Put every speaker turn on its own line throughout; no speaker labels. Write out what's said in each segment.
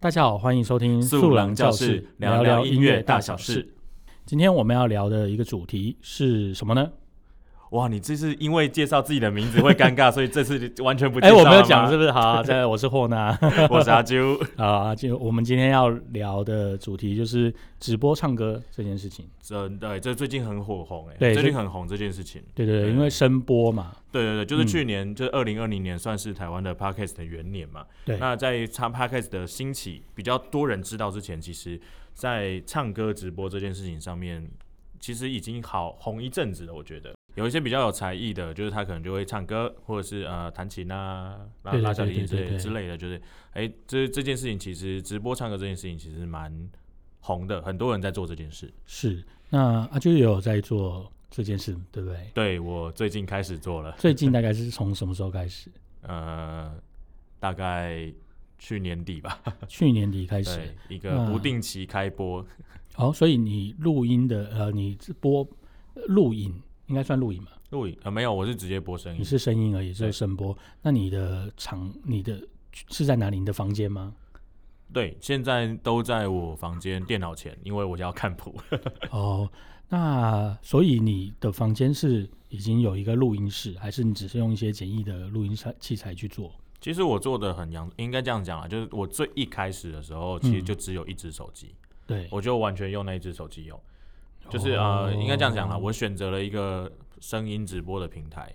大家好，欢迎收听
素郎教室聊聊音乐大小事。
今天我们要聊的一个主题是什么呢？
哇，你这是因为介绍自己的名字会尴 尬，所以这次完全不介
哎，
绍
我没有
了吗
讲是，不是？好、啊，这我是霍娜
我是阿啾。
啊。就我们今天要聊的主题就是直播唱歌这件事情。
真的，这最近很火红哎、
对
最
这
近很红这件事情。
对对对，
对
因为声波嘛，
对对对，就是
嗯
去年，就是二零二零年，算是台湾的 podcast 的元年嘛。
对
那在唱 podcast 的兴起，比较多人知道之前，其实，在唱歌直播这件事情上面，其实已经好红一阵子了。我觉得有一些比较有才艺的，就是他可能就会唱歌，或者是呃弹琴啊、拉
对对
拉小
对对
提之
对
类
对
之类的，就是哎，这这件事情其实直播唱歌这件事情其实蛮红的，很多人在做这件事。
是那阿啾也有在做这件事，对不对？
对我最近开始做了，
最近大概是从什么时候开 始？
呃，大概去年底吧。
去年底开始
对。，一个
那
不定期开播，
好、所以你录音的呃，你直播呃录影应该算录影嘛？
录影呃没有，我是直接播声
你
音，
是声音而已，就是
对
声波。那你的场，你的是在哪里？你的房间 吗？
对，现在都在我房间电脑前，因为我要看谱，
哦，那所以你的房间是已经有一个录音室，还是你只是用一些简易的录音材器材去做？
其实我做的很洋，应该这样讲啊，就是我最一开始的时候，其实
嗯
就只有一只手机，
对，
我就完全用那一只手机用，就是、
哦
呃，应该这样讲啦，我选择了一个声音直播的平台，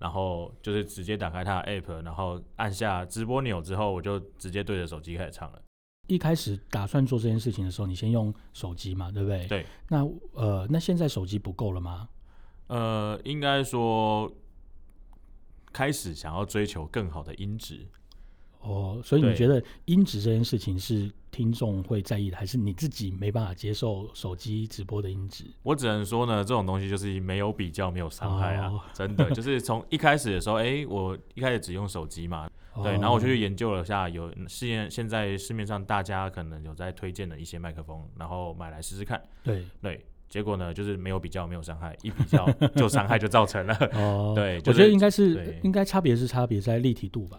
然后就是直接打开它的 app，然后按下直播钮之后，我就直接对着手机开始唱了。
一开始打算做这件事情的时候，你先用手机嘛，对不对？
对。
那呃，那现在手机不够了吗？
呃，应该说开始想要追求更好的音质。
哦，所以你
对
觉得音质这件事情是听众会在意的，还是你自己没办法接受手机直播的音质？
我只能说呢，这种东西就是没有比较，没有伤害啊，
哦
真的就是从一开始的时候，哎、我一开始只用手机嘛，对，
哦
然后我就去研究了一下，有现现在市面上大家可能有在推荐的一些麦克风，然后买来试试看，
对，
对，结果呢就是没有比较，没有伤害，一比较 就伤害就造成了，
哦，
对
我
就
觉得
是
应该是
对
应该差别是差别在立体度吧，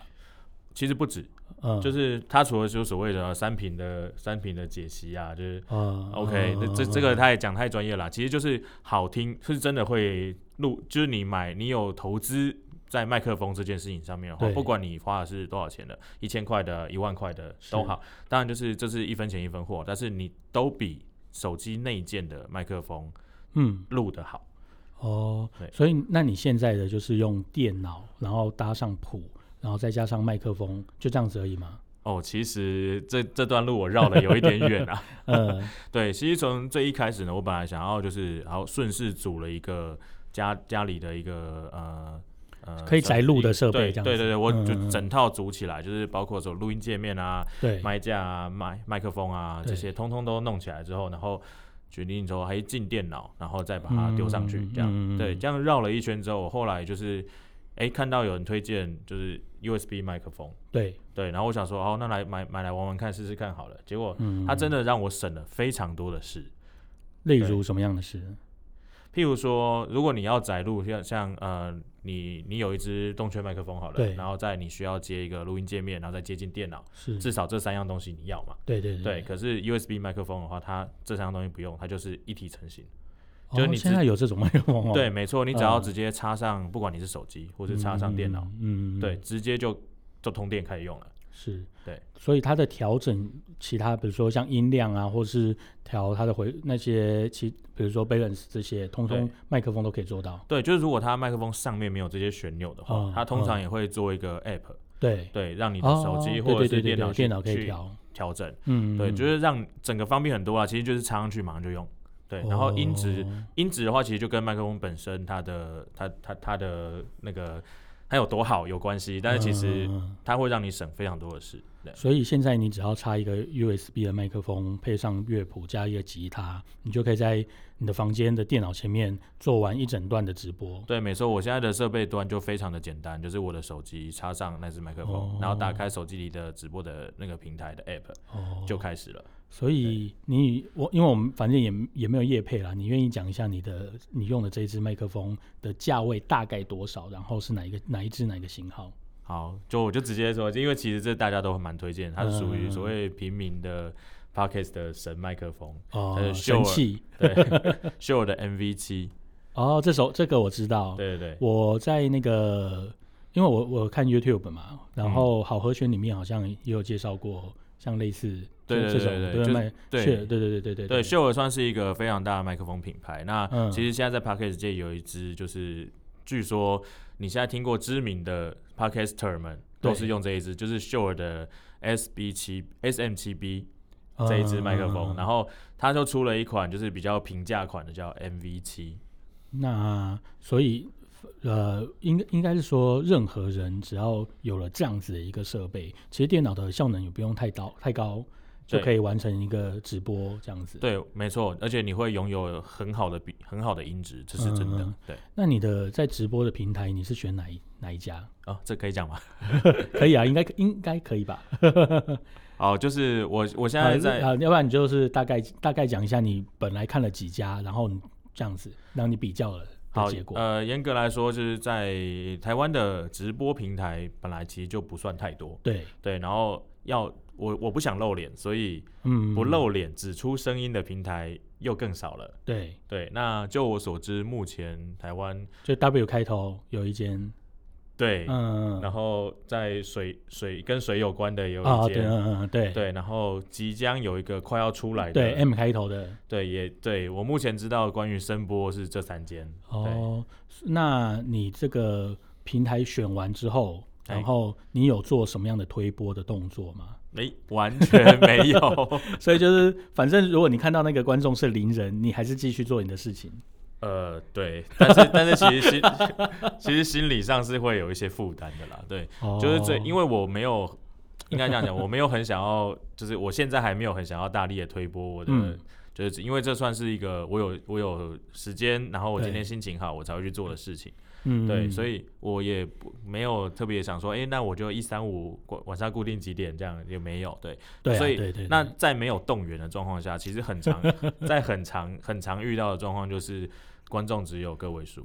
其实不止，
嗯，
就是是它除了就所谓的三频的三频的解析啊，就是
嗯
OK，那、这这个太讲太专业了啦，其实就是好听，是真的会录，就是你买你有投资在麦克风这件事情上面的话，
对
不管你花的是多少钱的，一千块的、一万块的
是
都好，当然就是这是一分钱一分货，但是你都比手机内建的麦克风
嗯
录的好。
哦
对，
所以那你现在的就是用电脑，然后搭上谱，然后再加上麦克风，就这样子而已吗？
哦，其实这这段路我绕的有一点远啊。
嗯，
对，其实从最一开始呢，我本来想要就是，然后顺势组了一个家家里的一个呃呃
可以
设备
载录的设备
对
这样
对
子
对对，我就
嗯嗯
整套组起来，就是包括说录音界面啊、
对，
麦架啊、麦麦克风啊
对
这些，通通都弄起来之后，然后决定之后还进电脑，然后再把它丢上去，
嗯
这样、
嗯嗯
对，这样绕了一圈之后，我后来就是哎看到有人推荐就是 USB 麦克风，
对，
对，然后我想说，哦，那来买买来玩玩看试试看好了，结果。
嗯，
它真的让我省了非常多的事，
例如什么样的事？
譬如说，如果你要载录，像像呃，你你有一支动圈麦克风好了
对，
然后再你需要接一个录音界面，然后再接近电脑，
是，
至少这三样东西你要嘛。
对对
对，，可是 USB 麦克风的话，它这三样东西不用，它就是一体成型。
哦
就是你
现
自
在有这种麦克风哦，
对，没错，你只要
嗯
直接插上，不管你是手机或
嗯，
是插上电脑，
嗯，嗯，
对，
嗯
直接就就通电开始用了。
是，
对，
所以它的调整，其他比如说像音量啊，或是调它的回那些其，比如说 balance 这些，通通
对
麦克风都可以做到。
对，就是如果它麦克风上面没有这些旋钮的话，
嗯
它通常
嗯
也会做一个 app，、
对，
对，让你的
哦
手机
对
或者
对
是
对对
电脑
对
去
电脑可以
去
调，
调整。
嗯，
对，
嗯
就是让整个方便很多啦。其实就是插上去马上就用。对，然后音质、
哦
音质的话，其实就跟麦克风本身它的它它它的那个它有多好有关系，但是其实
嗯嗯嗯
它会让你省非常多的事。对，
所以现在你只要插一个 USB 的麦克风，配上乐谱，加一个吉他，你就可以在你的房间的电脑前面做完一整段的直播。
对，没错，我现在的设备端就非常的简单，就是我的手机插上那只麦克风，
哦
然后打开手机里的直播的那个平台的 app
哦，
就开始了。
所以你我因为我们反正也也没有业配啦，你愿意讲一下你的你用的这一支麦克风的价位大概多少，然后是哪一个哪一支哪一个型号？
好，就我就直接说，因为其实这大家都蛮推荐，它是属
嗯
于所谓平民的 podcast 的神麦克风，它
哦，
是秀
神
尔
器
对，秀尔的 MV 七，
哦，这首这个我知道，
对对对，
我在那个，因为我我看 YouTube 嘛，然
嗯
后好和弦里面好像也有介绍过，像类似
对
这
对
这
对对
种
就是
对卖
对
确对对对对对
对，秀尔算是一个非常大的麦克风品牌。那
嗯
其实现在在 podcast 界有一支，就是据说你现在听过知名的 podcaster 们都是
对
用这一支，就是秀尔的 SB 七 SM 七 B
嗯
这一支麦克风。然
后
后它就出了一款就是比较平价款的，叫 MV 七。
那所以呃，应该应该是说，任何人只要有了这样子的一个设备，其实电脑的效能也不用太高太高，就
对
可以完成一个直播这样子。
对，没错，而且你会拥有很好的比很好的音质，这是真的。
嗯
对
那你的在直播的平台，你是选哪一哪一家？
啊，这可以讲吗？
可以啊，应该应该可以吧？
哦，就是我我现
啊
在
是
在
啊，要不然你就是大概大概讲一下你本来看了几家，然后你这样子让你比较了的
好
结，果。
呃，严格来说，就是在台湾的直播平台本来其实就不算太多，
对，
对。然后要我我不想露脸，所以
嗯，
不，露脸、只出声音的平台又更少了。
对，
对，那就我所知，目前台湾
就 W 开头有一间，
对，
嗯，
然后在水水跟水有关的也有
啊，
一
对，
间，
嗯嗯对
对，然后即将有一个快要出来的，
对 M 开头的。
对也对我目前知道关于声波是这三间，对，
哦，那你这个平台选完之后，
哎
然后你有做什么样的推播的动作吗？
没完全没有。
所以就是，反正如果你看到那个观众是零人，你还是继续做你的事情。
呃，对，但是 但是其实心其实心理上是会有一些负担的啦，对，
哦
就是最因
为
为我没有应该这样讲，我没有很想要，就是我现在还没有很想要大力的推波我的，
嗯
就是因为这算是一个我有我有时间，然后我今
对
天心情好，我才会去做的事情，
嗯，
对，所
以
以我也不没有特别想说，哎、那我就一三五晚上固定几点这样也没有，对，
对啊，
所以
对对，
那
对
在没有动员的状况下，其实很常在很常很常遇到的状况就是观众只有个位数，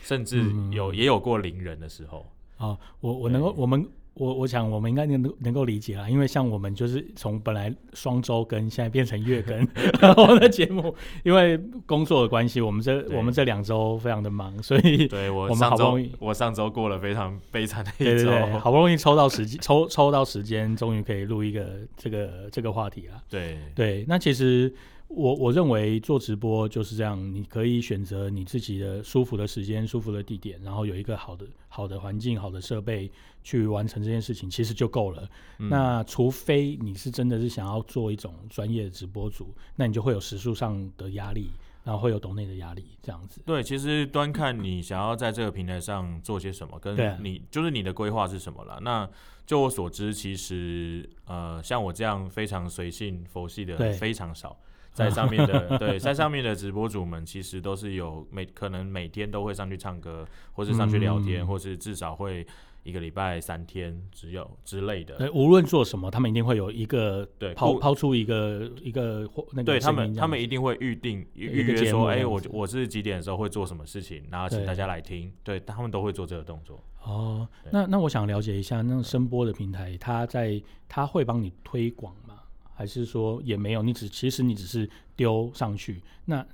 甚至
嗯
有、也有过零人的时候。
哦，我我能够，
对
我们我我想我们应该能能够理解啦，因为像我们就是从本来双周更，现在变成月 更， 然后的节目，因为工作的关系，我们这
对
我们这两周非常的忙，所以
对我
我们
上
好不
周
容易
我上周过了非常悲惨的
对
一
对
周。
对，好不容易抽到时间， 抽抽到时间，终于可以录一个这个这个话题啦。
对
对，那其实我我认为做直播就是这样，你可以选择你自己的舒服的时间、舒服的地点，然后有一个好的好的环境、好的设备去完成这件事情，其实就够了。
嗯
那除非你是真的是想要做一种专业的直播主，那你就会有时数上的压力，然后会有抖内的压力，这样子。
对，其实端看你想要在这个平台上做些什么，跟
对啊
你就是你的规划是什么啦。那就我所知，其实呃，像我这样非常随性佛系的
对
非常少，在上面的 对，在上面的直播主们其实都是有每可能每天都会上去唱歌，或是上去聊天，
嗯
或是至少会一个礼拜三天只有之类的。
对，无论做什么，他们一定会有一个
对
抛
固
抛出一个一个或那个
对他
声音
们，
这
他
样
们
子
一定会预定预
一
预
个
约
节
说，
目
哎、
这样
我
子
我是几点的时候会做什么事情，然后请
对
大家来听。对他们都会做这个动作。
哦，
对
那那我想了解一下，那声波的平台，它在它会帮你推广吗？还是说也没有？你只其实你只是丢上去，那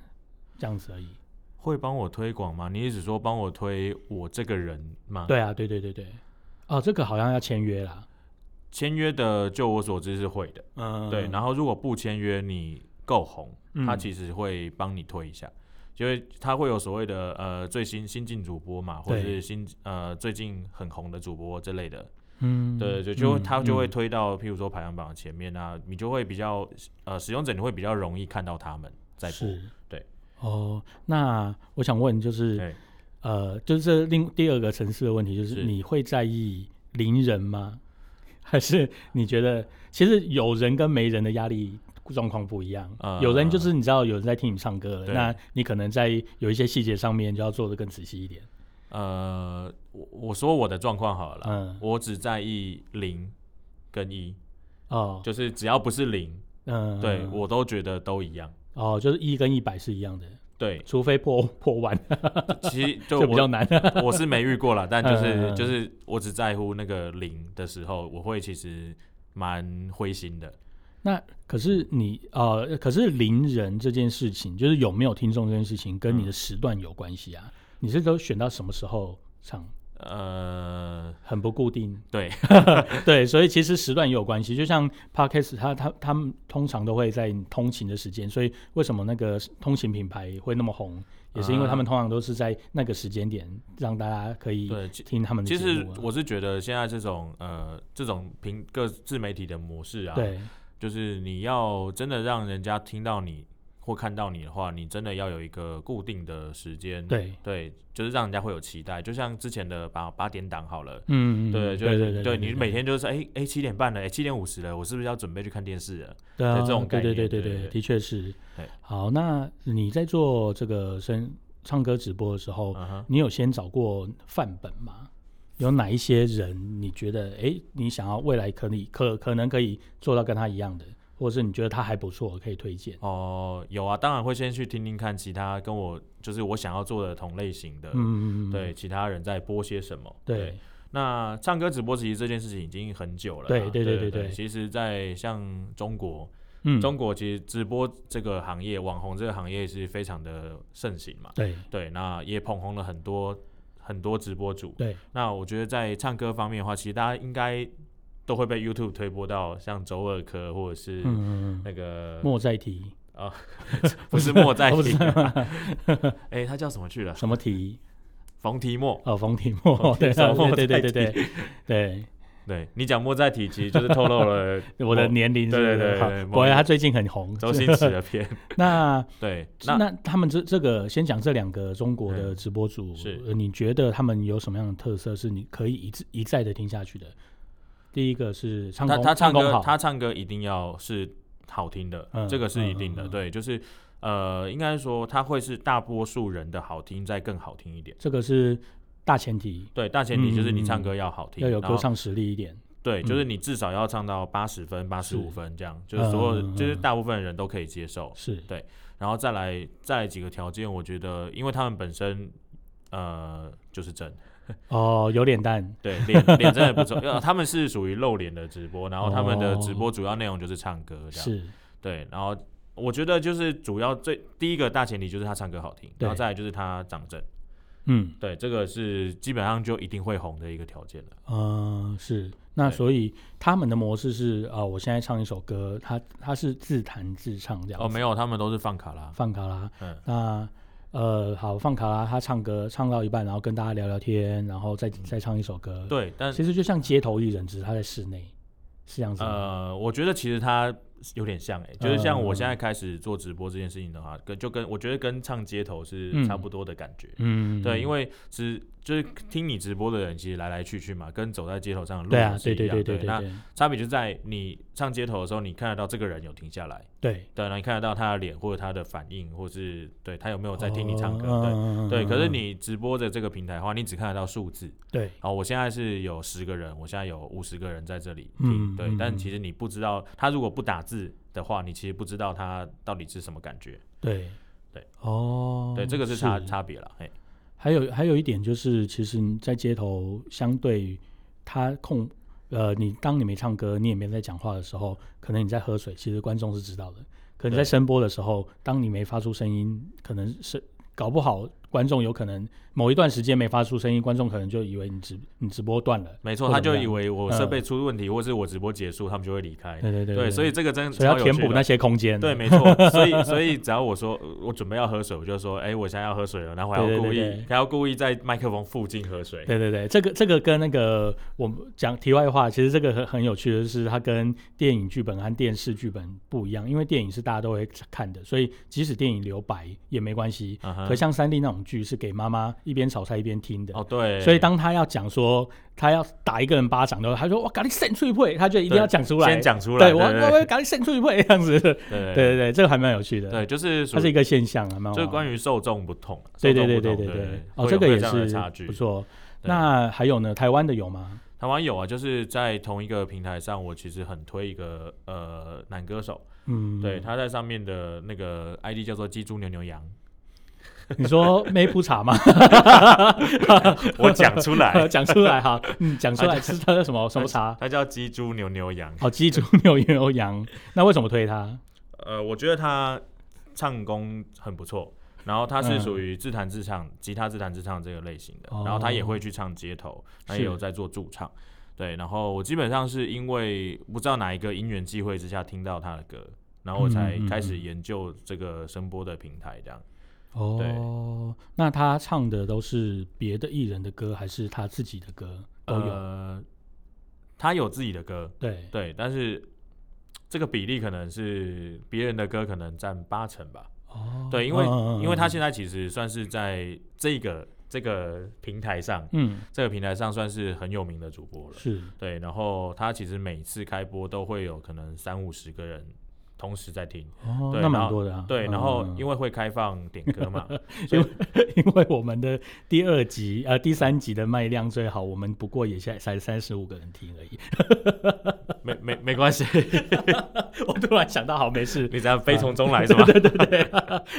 这样子而已。
会帮我推广吗？你一直说帮我推我这个人吗？，
对啊，对对对对。哦，这个好像要签约啦。
签约的，就我所知是会的。
嗯，
对，然后如果不签约，你够红，
嗯
他其实会帮你推一下，因为他会有所谓的呃最新新进主播嘛，或者
对
是新呃最近很红的主播之类的。
嗯，
对，就就
嗯
他就会
嗯
推到譬如说排行榜前面啊，你就会比较呃使用者你会比较容易看到他们在播。
是，
对。
哦，那我想问就是，
对，
呃，就是这另第二个层次的问题，就是
是
你会在意邻人吗？还是你觉得其实有人跟没人的压力状况不一样？
呃
有人就是你知道有人在听你唱歌了，
对
那你可能在有一些细节上面就要做的更仔细一点。
呃，我我说我的状况好了啦，
嗯，
我只在意零跟一，
哦，
就是只要不是零，
嗯，
对我都觉得都一样。
哦，就是一跟一百是一样的。
对，
除非破破万
其实就
就比较
我
难。啊
我是没遇过啦，但就
嗯嗯
是
嗯
就是我只在乎那个零的时候，我会其实蛮灰心的。
可是你呃，可是零人这件事情，就是有没有听众这件事情，跟你的
嗯
时段有关系啊？你是都选到什么时候唱？
呃，
很不固定，
对
对，所以其实时段也有关系。就像 podcast，它它他们通常都会在通勤的时间，所以为什么那个通勤品牌会那么红，也是因为
啊
他们通常都是在那个时间点让大家可以
对，其
听他们的
其
节
实
目啊、
我是觉得现在这种呃这种平各自媒体的模式啊，
对
就是你要真的让人家听到你或看到你的话，你真的要有一个固定的时间，
对，
对，就是让人家会有期待。就像之前的八八点档好了。
嗯，嗯
对，
嗯
就
对
是
对对
你每天就是哎哎七点半了，哎七点五十了，我是不是要准备去看电视了？
对啊
的这种
对
概
对
念
对对
对
对，
对
的确是
对。
好，那你在做这个声唱歌直播的时候，
嗯哼，
你有先找过范本吗？有哪一些人你觉得，哎、你想要未来可以可可能可以做到跟他一样的，或者是你觉得他还不错，可以推荐？
哦，有啊，当然会先去听听看其他跟我就是我想要做的同类型的，
嗯，
呃对，其他人在播些什么，
对
那唱歌直播其实这件事情已经很久了啦，
对对
对
对对
对
对
其实，在像中国，
嗯，
中国其实直播这个行业、网红这个行业是非常的盛行嘛。
对
对，那也捧红了很多很多直播主。
对
那我觉得在唱歌方面的话，其实大家应该都会被 YouTube 推播到像周尔科或者是
嗯，
那个、
莫再提
不是莫在
哦不
呃提
是，
哎、他叫什么去了？
什么提？
冯提莫。
哦，冯提 莫，对
什么莫
对对
再
对对对对，
对你讲莫在提，其实就是透露了
我的
莫
年龄是不
对
是
对对
好
对
果
某一
然
个
他最近很红。
周星驰的片。
那
对，那
那他们这这个先讲这两个中国的
嗯
直播主，
是
呃你觉得他们有什么样的特色是你可以一直一再的听下去的？第一个是唱
他
功，
他唱
功
歌
好，
他唱歌一定要是好听的，
嗯
这个是一定的。
嗯嗯嗯
对，就是呃，应该说他会是大多数人的好听，再更好听一点。
这个是大前提，
对，大前提就
嗯
是
嗯
你
嗯
唱歌要好听，
要有
然后哦
歌唱实力一点。
对，
嗯
就是你至少要唱到八十分、八十
是
五分这样，就是所有
嗯嗯嗯
就是大部分人都可以接受。
是，
然后再来再来几个条件，我觉得因为他们本身呃就是真
哦，有脸蛋，
对脸脸真的不错，呃他们是属于露脸的直播，然后他们的
哦
直播主要内容就是唱歌这样。
是
对，然后我觉得就是主要最第一个大前提就是他唱歌好听，
对
然后再来就是他长正，
嗯
对，这个是基本上就一定会红的一个条件了。
呃是。那
对
所以他们的模式是啊、呃我现在唱一首歌，他他是自弹自唱这样子。
哦，没有，他们都是放卡拉，
放卡拉，
嗯
那呃好，放卡拉，他唱歌唱到一半，然后跟大家聊聊天，然后再、再唱一首歌，，
嗯对，但
其实就像街头艺人，只是他在室内，是这样子吗，
呃，我觉得其实他有点像哎、就是像我
嗯
现在开始做直播这件事情的话，跟就跟我觉得跟唱街头
嗯
是差不多的感觉。
嗯，
对，因
为
为只就是听你直播的人，其实来来去去嘛，跟走在街头上的路
对啊
人，是
对
一
对
样
对对对
那
对
差别就在你上街头的时候，你看得到这个人有停下来，
对，
对，然后你看得到他的脸或者他的反应，或是对他有没有在听你唱歌，
哦
对对。
嗯
可是
嗯嗯
你直播的这个平台的话，你只看得到数字。
对
好，我现在是有十个人，我现在有五十个人在这里听，
嗯
对。
嗯
但
嗯
其实你不知道，他如果不打字的话，你其实不知道他到底是什么感觉。
对
对
哦，
对，这个是差差别了。嘿，
还有还有一点就是，其实你在街头相对他控。呃，你当你没唱歌，你也没在讲话的时候，可能你在喝水，其实观众是知道的。可能在
对
声波的时候，当你没发出声音，可能是搞不好观众有可能某一段时间没发出声音，观众可能就以为你直你直播断了。
没错，
或
他
怎么
就
样嗯
以为我设备出问题，或是我直播结束，他们就会离开。
对对对
对，所以这个真的
所以要
超有
填
趣
补
的
那些空间。啊
对，没错，所以所以只要我说呃我准备要喝水，我就说，哎、我现在要喝水了，然后还要
对对
故意
对对
还要故意在麦克风附近喝水。
对对对，这个这个跟那个我们讲题外话，其实这个很很有趣的是，它跟电影剧本和电视剧本不一样，因为电影是大家都会看的，所以即使电影留白也没关系。
嗯哼
可像三 D 那种剧是给妈妈一边炒菜一边听的，
哦，对，
所以当他要讲说他要打一个人巴掌的时候，他说我赶紧伸出一会，他就一定
对
要讲出来。
先讲出来，
对我我
对
我赶紧伸出一会这样子。对
对对
对对，这个还蛮有趣的。
对，就是属
它是一
于
个现象啊，蛮
就是关
于
于受众不同，啊
对
受
对
众
对
不
对
同
对
对
对，哦，
会
这
有
个
会
也
有这样的
是
差距
不。错。
对
那还有呢？台湾的有吗？
台湾有啊，就是在同一个平台上，我其实很推一个呃男歌手，
嗯，
对，他在上面的那个 ID 叫做“鸡猪牛牛羊”，
你说 maple 茶吗？
我讲 出来，
讲出来哈，嗯，讲出来是它的什么什么茶？
它叫鸡猪牛牛羊。
哦，鸡猪牛牛羊。那为什么推它？
呃，我觉得他唱功很不错，然后他是属于自弹自唱、吉他自弹自唱这个类型的，然后他也
嗯哦
会去唱街头，他
是
也有在做驻唱。对，然后我基本上是因为不知道哪一个因缘际会之下听到他的歌，然后我才
嗯嗯嗯
开始
嗯
研究这个声波的平台，这样。
哦，那他唱的都是别的艺人的歌，还是他自己的歌？都有。
呃，他有自己的歌，
对，
对，但是这个比例可能是别人的歌可能占八成吧。
哦，
对，因为、
嗯
因为他现在其实算是在这个这个平台上，
嗯
这个平台上算是很有名的主播了。
是
对，然后他其实每次开播都会有可能三五十个人同时在听。
哦，
对
那
然
蛮
后
多的啊。
对，然后因
为
为会开放点歌嘛，
因为我们的第二集呃第三集的卖量最好，我们不过也才才三十五个人听而已。
没没没关系，
我突然想到，好没事，啊
你这样悲从中来 是吧？对对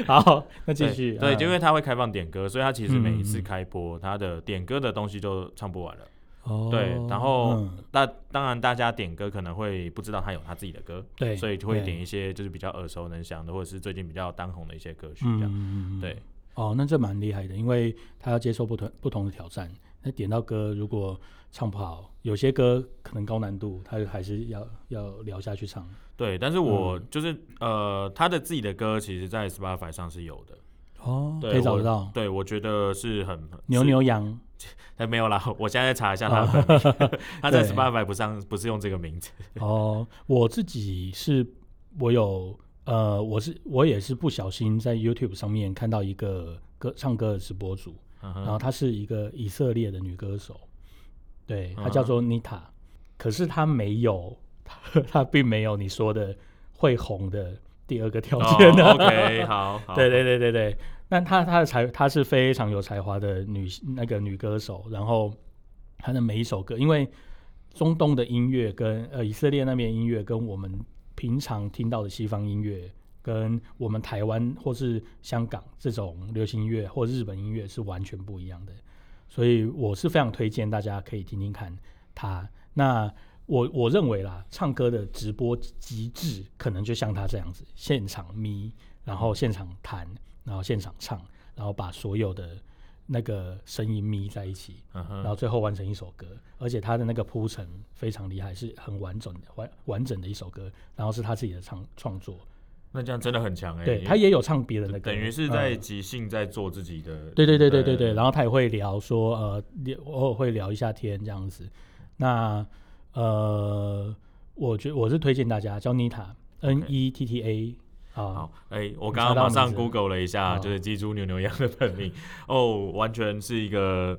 好，那嗯继续。
对，
嗯
就因为他会开放点歌，所以他其实每一次
嗯嗯嗯
开播，他的点歌的东西就唱不完了。
哦
对然后
嗯
那当然，大家点歌可能会不知道他有他自己的歌，
对，
所以就会
对
点一些就是比较耳熟能详的，或者是最近比较当红的一些歌曲这样。
嗯，
对，
哦，那这蛮厉害的，因为他要接受不同不同的挑战。那点到歌，如果唱不好，有些歌可能高难度，他还是要要聊下去唱。
对，但是我
嗯
就是、呃，他的自己的歌其实在 Spotify 上是有的，
哦，
对
可以找
我
得到。
对我觉得是很
牛，牛羊，
是哎没有啦， 我现在查一下他的本名， 他在
对
Spotify 不上不是用这个名字，
哦，我自己是，我有，呃，我是我也是不小心在 YouTube 上面看到一个歌唱歌的直播主，
嗯
然后
哼，
她是一个以色列的女歌手，对，她
嗯
叫做 Nita，、可是她没有， 她她并没有你说的会红的第二个条件啊呢、
哦、OK，好，好
对对对对对，那她她的才她是非常有才华的女那个女歌手，然后她的每一首歌，因为中东的音乐跟呃以色列那边音乐跟我们平常听到的西方音乐。跟我们台湾或是香港这种流行音乐或日本音乐是完全不一样的，所以我是非常推荐大家可以听听看他。那我我认为啦，唱歌的直播极致可能就像他这样子，现场咪，然后现场弹，然后现场唱，然后把所有的那个声音咪在一起，
嗯
然
哼，
后最后完成一首歌。而且他的那个铺陈非常厉害，是很完整的完完整的一首歌，然后是他自己的唱创作。
那这样真的很强哎、
对
因
他
为
也有唱别人的歌，
等于是在
嗯
即兴在做自己的，
对对对对对对，然后他也会聊说，呃，也偶尔会聊一下天这样子。那呃，我觉我是推荐大家叫 Nita，N E T T A 啊
好，，哎、我
你
刚
查
刚
到
马
名
上
字
Google 了一下，
哦
就是鸡猪牛牛羊的本名，哦，完全是一个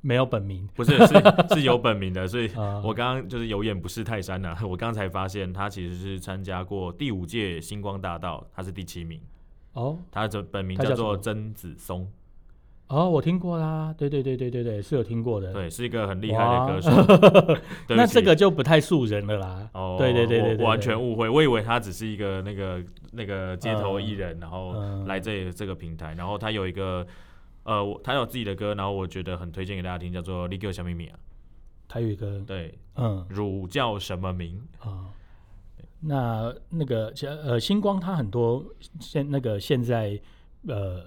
没有本名
不是是是有本名的，所以
啊，
我刚刚就是有眼不识泰山呐、 我刚才发现他其实是参加过第五届星光大道，他是第七名，
哦
他的本名
他叫
叫
什
做
么
曾子松，
哦，我听过啦，对对对对对对，是有听过的。
对，是一个很厉害的歌手。 对不
那
起
这个就不太素人了啦。
哦，
对对对对
我
对对
我完全误会，我以为他只是一个那个那个街头艺人，然后
嗯
来这里这个平台，然后他有一个呃，我他有自己的歌，然后我觉得很推荐给大家听，叫做《立 i 小秘密》啊，
台语歌，
对，
嗯
乳叫什么名？
啊。那那个其呃，星光他很多现那个现在呃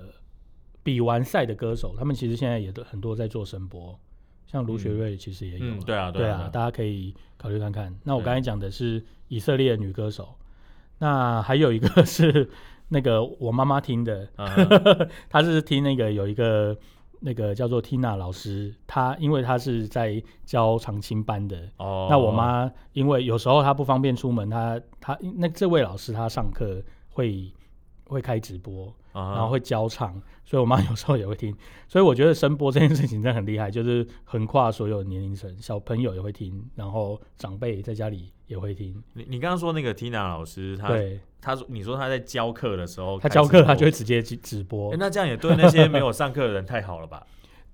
比完赛的歌手，他们其实现在也都很多在做声波，像卢学
嗯
瑞其实也有啊、
嗯，对啊，
对
啊，
大家可以考虑看看。那我
对
刚才讲的是以色列女歌手，那还有一个 是那个我妈妈听的，
嗯哼
她是听那个有一个那个叫做 Tina 老师，她因为她是在教长青班的，，
哦
那我妈因为有时候她不方便出门，她她那这位老师她上课会会开直播，
嗯哼，
然后会教唱，所以我妈有时候也会听。所以我觉得声波这件事情真的很厉害，就是横跨所有年龄层，小朋友也会听，然后长辈在家里也会听。
你你刚刚说那个 Tina 老师，他
对
他说你说他在教课的时候
他
开直播，
教课，他就会直接直直播
诶。那这样也对那些没有上课的人太好了吧？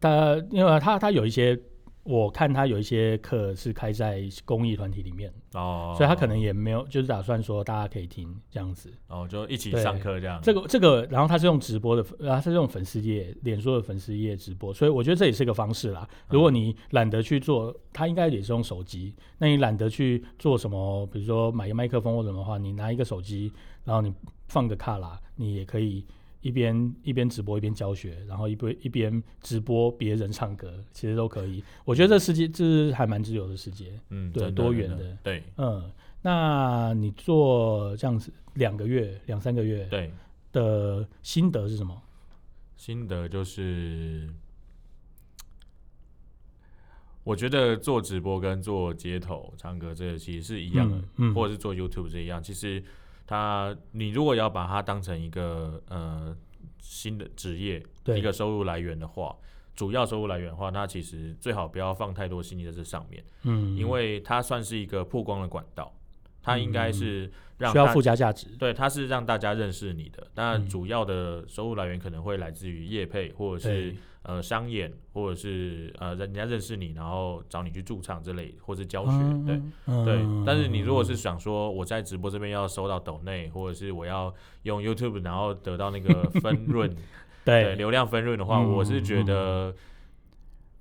他因为他他有一些我看他有一些课是开在公益团体里面，
哦，
所以他可能也没有就是打算说大家可以听这样子。
哦就一起
对
上课这样。
这个这个，然后他是用直播的，然后他是用粉丝页、脸书的粉丝页直播，所以我觉得这也是个方式啦。如果你懒得去做，他应该也是用手机。那你懒得去做什么，比如说买个麦克风或什么的话，你拿一个手机，然后你放个卡拉，你也可以一边一边直播一边教学，然后一边一边直播别人唱歌，其实都可以。我觉得这世界这是还蛮自由的世界。
嗯，
对
真
多
真
元的
对
嗯，那你做这样子两个月、两三个月
对。
的心得是什么？
心得就是，我觉得做直播跟做街头唱歌这个其实是一样的，
嗯嗯
或者是做 YouTube 是一样。其实它，你如果要把它当成一个呃新的职业，
对
一个收入来源的话，主要收入来源的话，那其实最好不要放太多心力在这上面，
嗯，
因为它算是一个曝光的管道，它应该是
嗯
让
需要
大
附加价值。
对，它是让大家认识你的。那
嗯
主要的收入来源可能会来自于业配，或者是
对
呃商演，或者是呃人家认识你，然后找你去驻唱之类，或是教学。对
嗯
对
嗯，
但是你如果是想说我在直播这边要收到抖内，或者是我要用 YouTube 然后得到 那个分润，对
对，
流量分润的话，
嗯
我是觉
嗯
得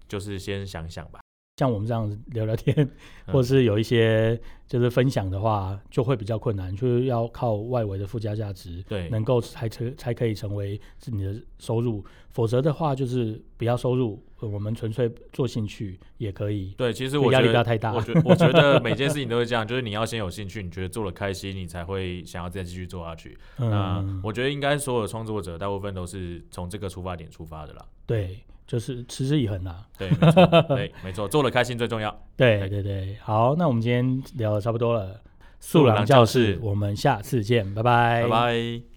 就是先想想吧。
像我们这样子聊聊天，
嗯
或者是有一些就是分享的话，就会比较困难，就是要靠外围的附加价值，
对
能够才成才可以成为是你的收入。否则的话，就是不要收入，呃我们纯粹做兴趣也可以。
对，其实
所以
我
压
觉
力
得
不要太大
我觉我觉得每件事情都是这样，就是你要先有兴趣，你觉得做了开心，你才会想要再继续做下去。那
嗯，
我觉得应该所有创作者大部分都是从这个出发点出发的啦。
对，就是持之以恒啦。
对，没 错，对，没错，做了开心最重要。
对对对，好，那我们今天聊的差不多了。
素
素
郎
郎
教
教
室
室，我们下次见，拜拜，
拜拜。